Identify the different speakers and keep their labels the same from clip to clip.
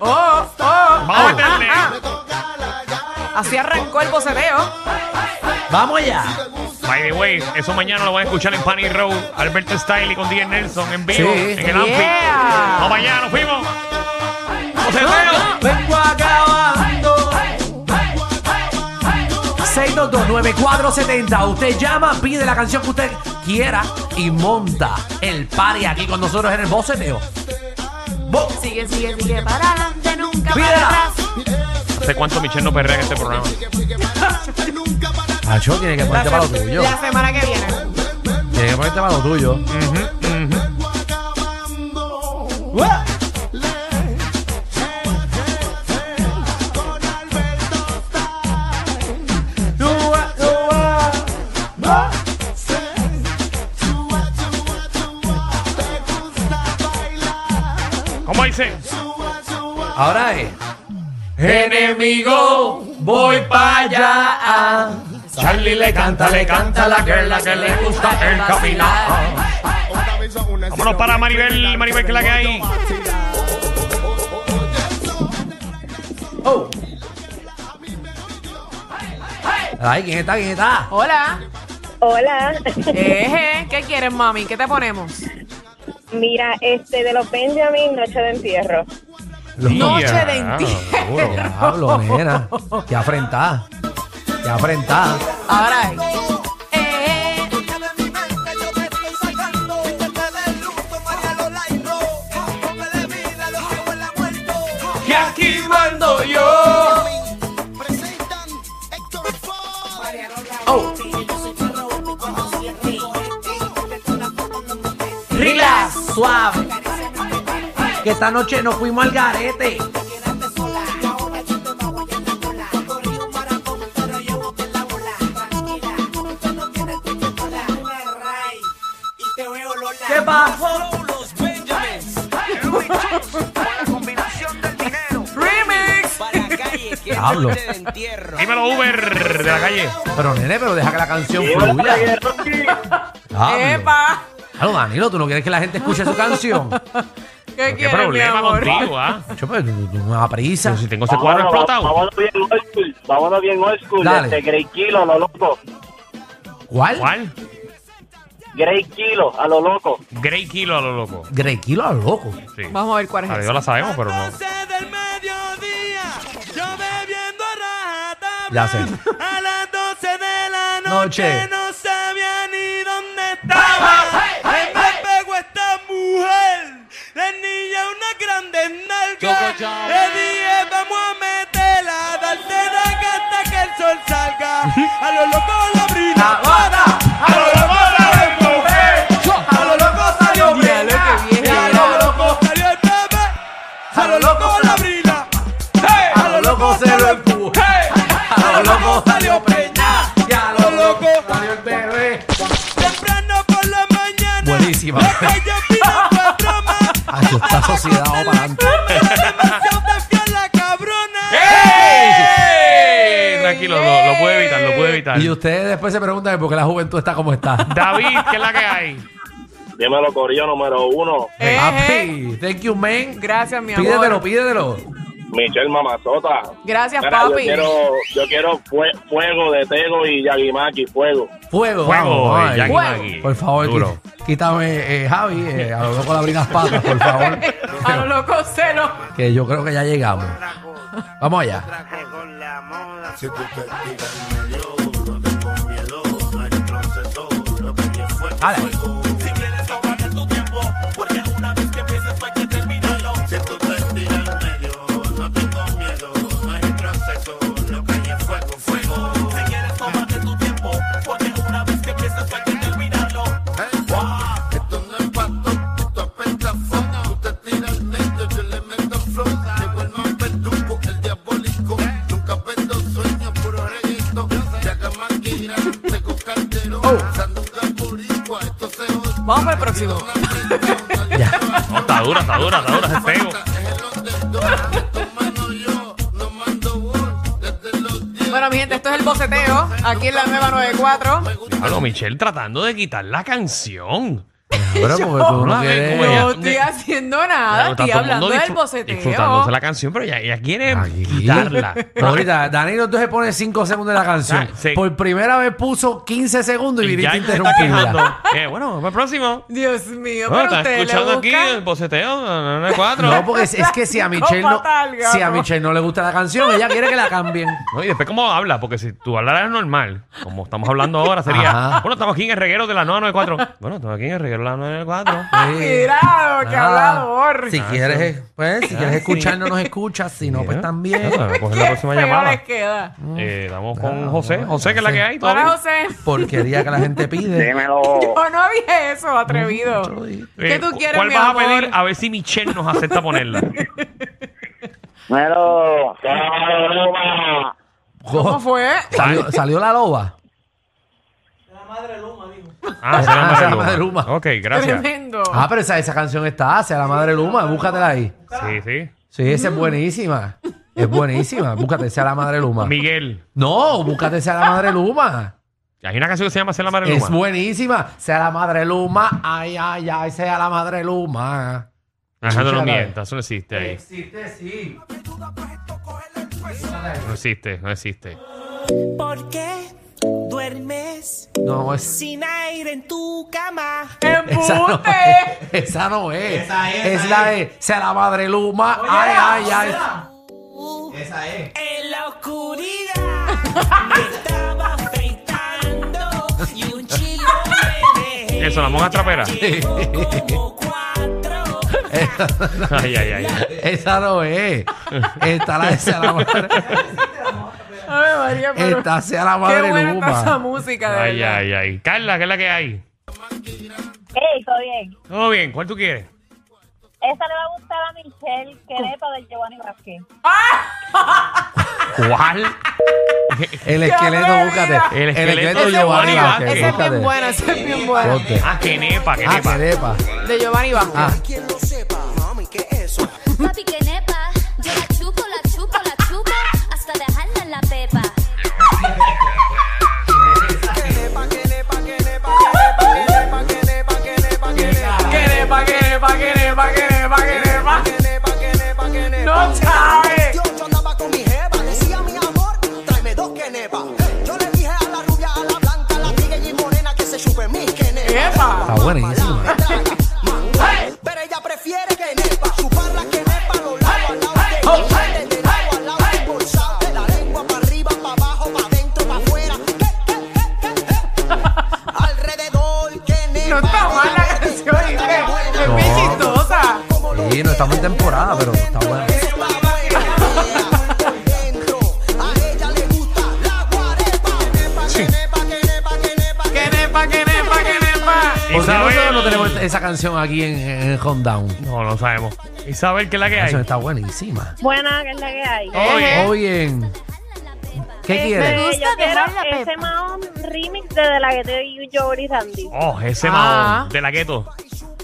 Speaker 1: ¡Oh! ¡Oh! ah, Así arrancó el boceteo.
Speaker 2: ¡Vamos allá!
Speaker 3: By the way, eso mañana lo van a escuchar en Panny Road, Alberto Stiley con DJ Nelson en vivo,
Speaker 2: Sí.
Speaker 3: en el Amphi.
Speaker 1: Yeah.
Speaker 3: Vamos allá, nos fuimos. ¡Boceteo!
Speaker 2: Vengo acabando. 6229470. Usted llama, pide la canción que usted quiera y monta el party aquí con nosotros en el boceteo. Bo-
Speaker 1: Sigue, sigue, sigue. Para adelante, nunca para
Speaker 2: ¡Pídela!
Speaker 1: atrás.
Speaker 3: ¿Hace cuánto Michelle no perrea en este programa?
Speaker 2: Nacho, tiene que ponerte para lo
Speaker 1: se-
Speaker 2: tuyo.
Speaker 1: la semana que viene.
Speaker 2: Tiene que ponerte para lo tuyo.
Speaker 3: ¿Cómo dice?
Speaker 2: Ahora es. Enemigo, voy para allá. Charlie le canta, le canta la que la que le gusta el capilar.
Speaker 3: Vámonos para Maribel, Maribel, que es la que hay.
Speaker 2: Oh. Ay, ¿quién está? ¿Quién está?
Speaker 1: Hola.
Speaker 4: Hola,
Speaker 1: Eje, ¿qué quieres, mami? ¿Qué te ponemos?
Speaker 4: mira, este de los Benjamin, Noche de Entierro.
Speaker 1: Noche de
Speaker 3: Ya,
Speaker 1: entierro.
Speaker 2: Pablo, nena. Qué afrentada. Qué afrentada.
Speaker 1: Ahora es. Eh,
Speaker 2: Que aquí mando yo. Oh. Relax, suave. Que esta noche nos fuimos al garete. ¿Qué pasó?
Speaker 1: remix.
Speaker 2: Diablo.
Speaker 3: Dímelo, Uber de la calle.
Speaker 2: Pero nene, pero deja que la canción
Speaker 5: pues, eh,
Speaker 2: fluya. Diablo.
Speaker 1: ¡Epa!
Speaker 2: Claro, Danilo, tú no quieres que la gente escuche su canción.
Speaker 1: ¿Qué
Speaker 3: ¿Qué
Speaker 1: quieres, mi
Speaker 3: problema
Speaker 1: amor?
Speaker 3: contigo, ah?
Speaker 2: Yo, pero tú, tú no das prisa.
Speaker 3: Pero si tengo ese cuadro explotado.
Speaker 5: Vámonos bien old school, vámonos bien old school,
Speaker 2: Dale.
Speaker 5: este Grey Kilo a lo loco,
Speaker 2: ¿Cuál?
Speaker 3: ¿Cuál?
Speaker 5: Grey Kilo a lo loco.
Speaker 3: Grey Kilo a lo loco.
Speaker 2: Grequilo a lo loco.
Speaker 3: Sí.
Speaker 1: Vamos a ver cuál es.
Speaker 3: A
Speaker 1: ese.
Speaker 3: Dios la sabemos, pero no.
Speaker 2: Ya sé. Noche.
Speaker 3: ¡A lo loco
Speaker 2: A lo loco salió
Speaker 1: Diablo, qué bien.
Speaker 2: A lo loco la brina. A lo loco se lo empujé. A lo loco salió preña. Y a lo loco salió el bebé.
Speaker 6: temprano por la mañana.
Speaker 2: Buenísima.
Speaker 6: La calle pide pa' broma.
Speaker 2: A su esta sociedad va para adelante.
Speaker 6: Demasiado de fiel la cabrona.
Speaker 3: ¡Ey! Tranquilo, lo, lo puedo evitar, lo puedo evitar.
Speaker 2: Y ustedes después se preguntan por qué la juventud está como está.
Speaker 3: David, ¿qué es la que hay?
Speaker 5: Dímelo, Corillo número uno.
Speaker 2: Eh,
Speaker 1: Eje.
Speaker 2: Papi, thank you, man.
Speaker 1: Gracias, mi amor.
Speaker 2: Pídetelo, pídetelo.
Speaker 5: Michelle Mamazota.
Speaker 1: Gracias,
Speaker 5: Mira, Yo
Speaker 1: papi.
Speaker 5: quiero, yo quiero fue- fuego de Tego y Yagimaki, fuego.
Speaker 2: Fuego.
Speaker 3: Fuego,
Speaker 2: vamos,
Speaker 3: eh,
Speaker 2: ay.
Speaker 3: Jackie
Speaker 1: Fuego.
Speaker 3: Maggie.
Speaker 2: Por favor,
Speaker 3: Duro.
Speaker 2: qui- quítame, eh, Javi, eh, a lo loco la brinas patas, por favor.
Speaker 1: a lo loco se lo.
Speaker 2: que yo creo que ya llegamos. Vamos allá. Dale.
Speaker 1: Vamos para el próximo.
Speaker 2: Ya.
Speaker 3: No, está dura, está dura, está dura, es feo.
Speaker 1: Bueno, mi gente, esto es el boceteo. Aquí en la nueva 94.
Speaker 3: Diablo, Michelle tratando de quitar la canción.
Speaker 2: Pero porque tú no
Speaker 3: Mami,
Speaker 2: quieres.
Speaker 3: güey.
Speaker 1: No
Speaker 3: Oye,
Speaker 1: estoy
Speaker 3: de-
Speaker 1: haciendo
Speaker 3: Claro, está
Speaker 1: nada. Estoy
Speaker 3: todo el mundo
Speaker 1: Ah, hablando del
Speaker 3: disfru-
Speaker 1: boceteo.
Speaker 3: Disfrutándose la canción, pero ya, ya quiere
Speaker 2: Aquí.
Speaker 3: quitarla.
Speaker 2: Pero ahorita, Danilo entonces pone 5 segundos de la canción.
Speaker 3: Ah, sí.
Speaker 2: Por primera vez puso 15 segundos y
Speaker 3: Y
Speaker 2: viniste
Speaker 3: ya
Speaker 2: a
Speaker 3: se está quejando.
Speaker 2: interrumpirla.
Speaker 3: Eh, bueno, vamos al próximo.
Speaker 1: Dios mío,
Speaker 3: Bueno,
Speaker 1: pero
Speaker 3: estás
Speaker 1: ustedes le
Speaker 3: Ah, escuchando aquí el
Speaker 1: buscan.
Speaker 3: boceteo, no, no, no, cuatro.
Speaker 2: No, pues. porque es, es que si a Michelle no,
Speaker 1: Psicópata,
Speaker 2: si a
Speaker 1: gato.
Speaker 2: Michelle no le gusta la canción, ella quiere que la cambien.
Speaker 3: No, y después, ¿cómo habla? Porque si tú hablaras normal, como estamos hablando ahora, sería.
Speaker 2: Ajá.
Speaker 3: Bueno, estamos aquí en el reguero de la 994. bueno, estamos aquí en el reguero de la 994.
Speaker 2: Sí.
Speaker 1: Mirado, qué
Speaker 2: Ah,
Speaker 1: hablador.
Speaker 2: Si quieres, pues, si quieres escucharnos, nos escuchas. Si no, pues
Speaker 3: Mira.
Speaker 2: también.
Speaker 3: Vamos a coger la próxima
Speaker 1: Feo les
Speaker 3: llamada.
Speaker 1: queda.
Speaker 3: Eh, damos con
Speaker 2: Ah,
Speaker 3: José.
Speaker 2: bueno,
Speaker 3: José, que es la
Speaker 2: José.
Speaker 3: que hay. ¿Todo bien?
Speaker 1: Hola, José.
Speaker 2: Porquería que la gente pide.
Speaker 5: Dímelo.
Speaker 1: Yo no vi eso, atrevido. ¿Qué
Speaker 3: Eh,
Speaker 1: tú quieres,
Speaker 3: ¿Cuál
Speaker 1: mi
Speaker 3: vas
Speaker 1: amor?
Speaker 3: a pedir? Ah, A ver si Michelle nos acepta ponerla.
Speaker 5: Dímelo. Dímelo, Luma.
Speaker 1: ¿Cómo fue?
Speaker 2: ¿Salió, salió la loba?
Speaker 3: Ah, será
Speaker 2: Ah, será
Speaker 3: Madre
Speaker 2: Madre
Speaker 3: Luma.
Speaker 2: Luma.
Speaker 3: Ok, gracias.
Speaker 1: Tremendo.
Speaker 2: Ah, pero esa, esa canción está, hacia la madre Luma, búscatela ahí.
Speaker 3: Sí, sí.
Speaker 2: Sí, esa es buenísima. Es buenísima. Búscate sea la madre Luma.
Speaker 3: Miguel.
Speaker 2: No, búscate sea la madre Luma.
Speaker 3: Hay una canción que se llama Ser la Madre
Speaker 2: Es
Speaker 3: Luma.
Speaker 2: buenísima. Sea la madre Luma. Ay, ay, ay, sea la madre Luma.
Speaker 3: Ajá, no lo
Speaker 2: Escúchala.
Speaker 3: mientas. Eso no existe ahí.
Speaker 2: Existe, sí.
Speaker 3: No existe, no existe.
Speaker 7: ¿Por qué duermes
Speaker 2: No, es.
Speaker 7: sin aire en tu cama?
Speaker 3: eh,
Speaker 2: Esa no es.
Speaker 1: ¡Embute!
Speaker 2: Esa no es. es, la de sea la madre Luma. ay, ay, ay.
Speaker 7: En la oscuridad me estaba afeitando y un chico me dejé.
Speaker 3: Eso, la monja trapera.
Speaker 7: Llegó como cuatro.
Speaker 3: Ay, ay, ay.
Speaker 2: Esa no es. Está la de sea la madre.
Speaker 1: Ay, María, pero
Speaker 2: Esta sea la
Speaker 1: qué
Speaker 2: madre
Speaker 1: buena está esa
Speaker 2: Luma.
Speaker 1: música, de
Speaker 3: Ay,
Speaker 1: verdad.
Speaker 3: ay, ay. Carla, ¿qué es la que hay?
Speaker 4: Hey, todo bien.
Speaker 3: Todo bien, ¿cuál tú quieres?
Speaker 4: Esa le va a gustar a Michelle Querepa de Giovanni Vázquez.
Speaker 3: ¿Cuál?
Speaker 2: El esqueleto,
Speaker 1: atrevida!
Speaker 2: búscate.
Speaker 3: El
Speaker 2: El
Speaker 3: esqueleto
Speaker 2: esqueleto
Speaker 1: Esa
Speaker 2: de
Speaker 1: es
Speaker 2: Giovanni
Speaker 1: buena,
Speaker 2: Vázquez.
Speaker 1: esa es bien
Speaker 2: búscate.
Speaker 1: buena, esa es bien buena.
Speaker 2: Ponte.
Speaker 3: Ah, que nepa, que
Speaker 2: Ah,
Speaker 3: nepa.
Speaker 2: querepa.
Speaker 1: De Giovanni Vázquez.
Speaker 2: Ah,
Speaker 8: Papi, que nepa, yo la chupo, la chupo, la chupo, hasta dejarla en la pepa.
Speaker 1: Querepa, querepa, querepa, querepa, querepa. No sabe.
Speaker 7: Yo andaba con mi jeva, decía mi amor, tráeme dos quenepas. Yo le dije a la rubia, a la blanca, a la tigre y morena que se chupe mi quenepa.
Speaker 1: Epa.
Speaker 2: está buenísima.
Speaker 7: Pero ella prefiere que nepa, chupar la que nepa, los lados al lado, de del lado al lado, del bolsado, de la lengua para arriba, para abajo, para adentro, para afuera. Eh, eh, eh, eh, eh. Alrededor que nepa.
Speaker 1: No está mal la canción, ¿eh? ¿viste? Es bien chistosa.
Speaker 2: Sí, no estamos en temporada, pero está buena.
Speaker 1: Querepa, querepa, querepa.
Speaker 2: ¿Por qué nosotros
Speaker 3: Isabel.
Speaker 2: no tenemos esa canción aquí en, en el Down?
Speaker 3: No, no sabemos. Isabel, ¿qué es la que hay?
Speaker 2: Eso está buenísima.
Speaker 4: Buena, que es la que hay.
Speaker 3: Todo bien.
Speaker 2: Oye, ¿qué
Speaker 1: Eh,
Speaker 2: quieres?
Speaker 4: Este,
Speaker 8: gusta
Speaker 4: yo quiero
Speaker 8: dejar la pepa.
Speaker 4: ese Mahón remix de De La Guetta y Joey Randy.
Speaker 3: Oh, ese
Speaker 1: Ah.
Speaker 3: maón de la gueto.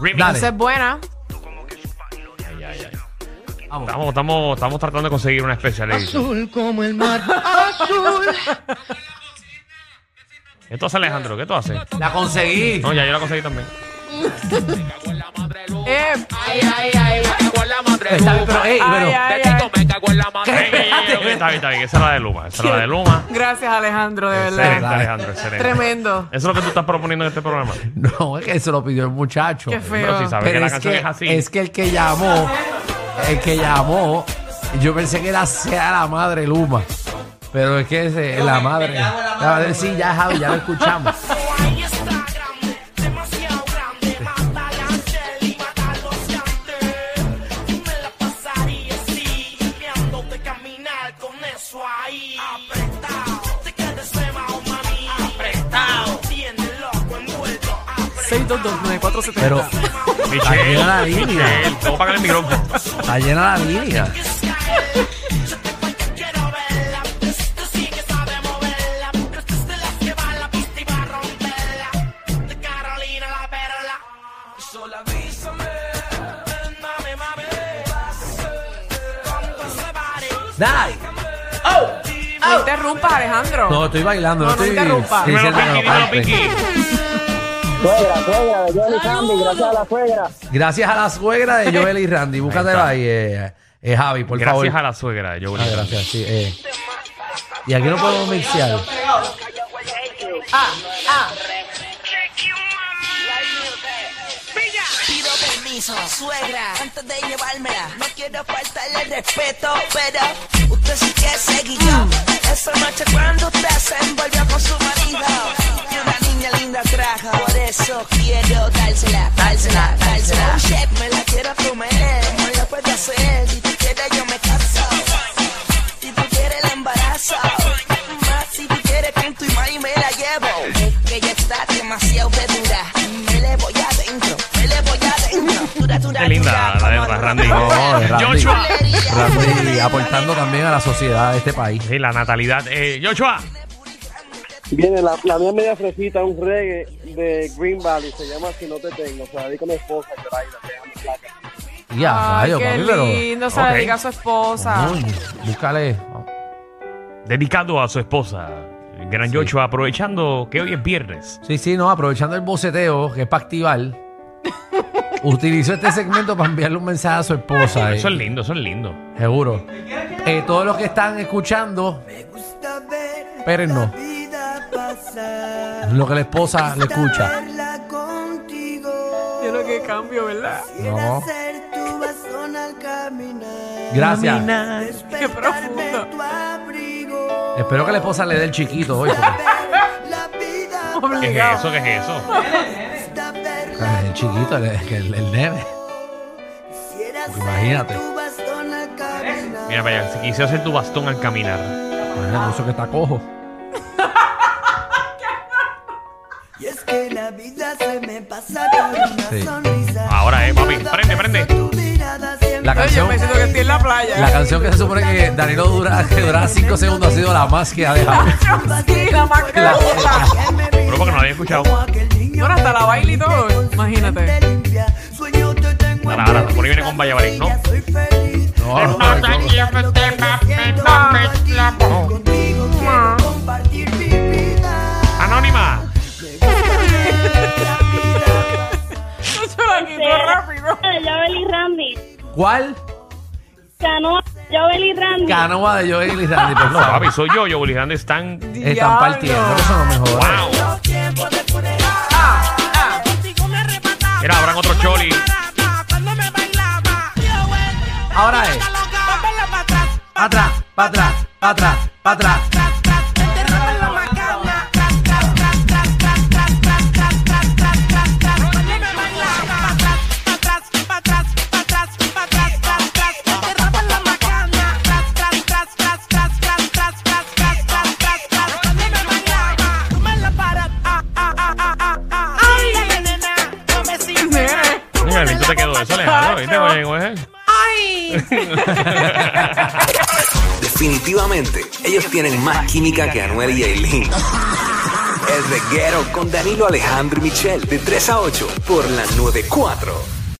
Speaker 3: Remix.
Speaker 2: Dale.
Speaker 1: Esa es buena.
Speaker 3: Ay, ay, ay.
Speaker 2: Vamos.
Speaker 3: Estamos, estamos, estamos tratando de conseguir una especial. Azul como el mar. Azul. ¿Qué tú haces, Alejandro? ¿Qué tú haces?
Speaker 2: La conseguí.
Speaker 3: No, ya yo la conseguí también.
Speaker 1: Eh,
Speaker 2: Está bien, pero, ey, pero.
Speaker 3: Ey,
Speaker 1: ay, ay, ay.
Speaker 3: ey, ey, ey, ok, Está bien, está bien. Esa es la de Luma. Esa es la de Luma.
Speaker 1: Gracias, Alejandro, de
Speaker 3: Excelente,
Speaker 1: verdad.
Speaker 2: Dale.
Speaker 3: Alejandro, excelente.
Speaker 1: Tremendo.
Speaker 3: Eso es lo que tú estás proponiendo en este programa.
Speaker 2: No, es que se lo pidió el muchacho.
Speaker 1: Qué feo.
Speaker 3: Pero si sabes que
Speaker 2: Pero
Speaker 3: la
Speaker 2: es
Speaker 3: canción
Speaker 2: que,
Speaker 3: es así.
Speaker 2: es que el que llamó, el que llamó, yo pensé que era sea la madre Luma. Pero es que es eh, la madre. La madre, sí, ya, Javi, ya lo escuchamos. Pero
Speaker 1: 6229470.
Speaker 3: Michelle,
Speaker 2: Está llena la línea.
Speaker 3: Michelle, vamos a apagar el micrófono.
Speaker 2: está llena la línea. Dale.
Speaker 1: No interrumpas, Alejandro.
Speaker 2: No, estoy bailando, no,
Speaker 1: No, no
Speaker 2: estoy
Speaker 1: interrumpa.
Speaker 3: Dímelo,
Speaker 2: diciendo
Speaker 3: Pinky, dímelo,
Speaker 2: aparte.
Speaker 3: Pinky.
Speaker 5: Suegra, suegra, de Johnny Candy, gracias a la suegra.
Speaker 2: Gracias a la suegra de Joel y Randy. Búscatela ahí, eh, eh, Javi, por
Speaker 3: Gracias
Speaker 2: favor.
Speaker 3: a la suegra, yo
Speaker 2: Ah, gracias, sí. eh. Y aquí no podemos mixear.
Speaker 1: Ah, ah.
Speaker 7: Pido permiso, suegra, antes de llevármela. No quiero faltarle el respeto, pero usted sí que es seguido. Esa noche cuando usted se envolvió con su marido. Y una niña linda trajo, por eso quiero dársela, dársela, dársela. Un shit me la quiero comer, no la puedo hacer. Si tú quieres yo me caso. Si tú quieres la embarazo. Más si tú quieres con tu imagen me la llevo. Es que ya está demasiado de dura. Me le voy adentro, me le voy adentro. Dura, dura,
Speaker 3: Qué linda la de
Speaker 7: como
Speaker 3: Randy.
Speaker 2: No, de Randy.
Speaker 3: Joshua.
Speaker 2: Randy aportando también a la sociedad de este país.
Speaker 3: Sí, la natalidad. Eh, Joshua.
Speaker 5: Viene la, la mía media fresita, un reggae de Green Valley, se llama Si no te tengo, se la dedico a mi esposa, Yoraida, que es mi placa.
Speaker 2: Ya,
Speaker 1: Ay,
Speaker 2: rayo,
Speaker 1: qué
Speaker 2: papi, pero-
Speaker 1: lindo. Se
Speaker 3: Ok.
Speaker 1: la dedica a su esposa.
Speaker 2: Coño, búscale.
Speaker 3: Dedicado a su esposa. El gran Joshua, aprovechando que hoy es viernes.
Speaker 2: Sí, sí, no, aprovechando el boceteo, que es para activar, utilizó este segmento para enviarle un mensaje a su esposa. eh,
Speaker 3: Eso es lindo, eso es lindo.
Speaker 2: seguro. Eh, todos los que están escuchando, pero no. Lo que la esposa le escucha.
Speaker 1: Yo lo que cambio, ¿verdad?
Speaker 2: No. Gracias.
Speaker 1: Qué profundo.
Speaker 2: Espero que la esposa le dé el chiquito hoy. porque-
Speaker 3: ¿Qué es eso? ¿Qué es eso?
Speaker 2: el chiquito, el, el, el nene. Porque imagínate.
Speaker 3: Mira, para allá, si quise hacer tu bastón al caminar.
Speaker 2: Imagínate, por eso que está cojo.
Speaker 7: Y es que la vida se me pasa con una
Speaker 2: Sí.
Speaker 7: sonrisa.
Speaker 3: Ahora, eh, papi. Prende, prende.
Speaker 7: Tu mirada siempre
Speaker 2: La
Speaker 1: Ay,
Speaker 2: canción,
Speaker 1: Yo me siento que estoy en la playa.
Speaker 2: la canción que se supone que Danilo dura, que durará 5 segundos ha sido la más que ha dejado.
Speaker 1: Sí, la más que la bola.
Speaker 3: Juro que no la había escuchado.
Speaker 1: Ahora hasta la baile y todo. Imagínate.
Speaker 7: limpia. Sueño te tengo
Speaker 3: Ahora, ahora, por ahí viene con Valladolid, ¿no?
Speaker 7: soy feliz.
Speaker 2: No,
Speaker 7: Contigo
Speaker 2: Ah.
Speaker 7: quiero compartir mi vida.
Speaker 3: Anónima.
Speaker 1: Yo la quito rápido.
Speaker 4: Joel y Randy.
Speaker 2: ¿Cuál?
Speaker 4: Canoa, Joel y Randy.
Speaker 2: Canoa de Joel y Randy, por
Speaker 3: No,
Speaker 2: favor.
Speaker 3: papi, soy yo, yo, Bolijando están.
Speaker 2: Están partiendo, eso no me jodas.
Speaker 3: ¡Wow!
Speaker 1: Ah.
Speaker 3: Mira, habrán otro choli.
Speaker 2: Ahora es. Pa' atrás, pa' atrás, pa' atrás, pa' atrás. Ah,
Speaker 3: Mira, lindo te quedó eso, Alejandro. ¿Viste, güey, güey?
Speaker 1: ¡Ay!
Speaker 9: Definitivamente, ellos tienen más química que Anuel y Aileen. El reguero con Danilo Alejandro y Michel de 3 a 8 por la 94. 4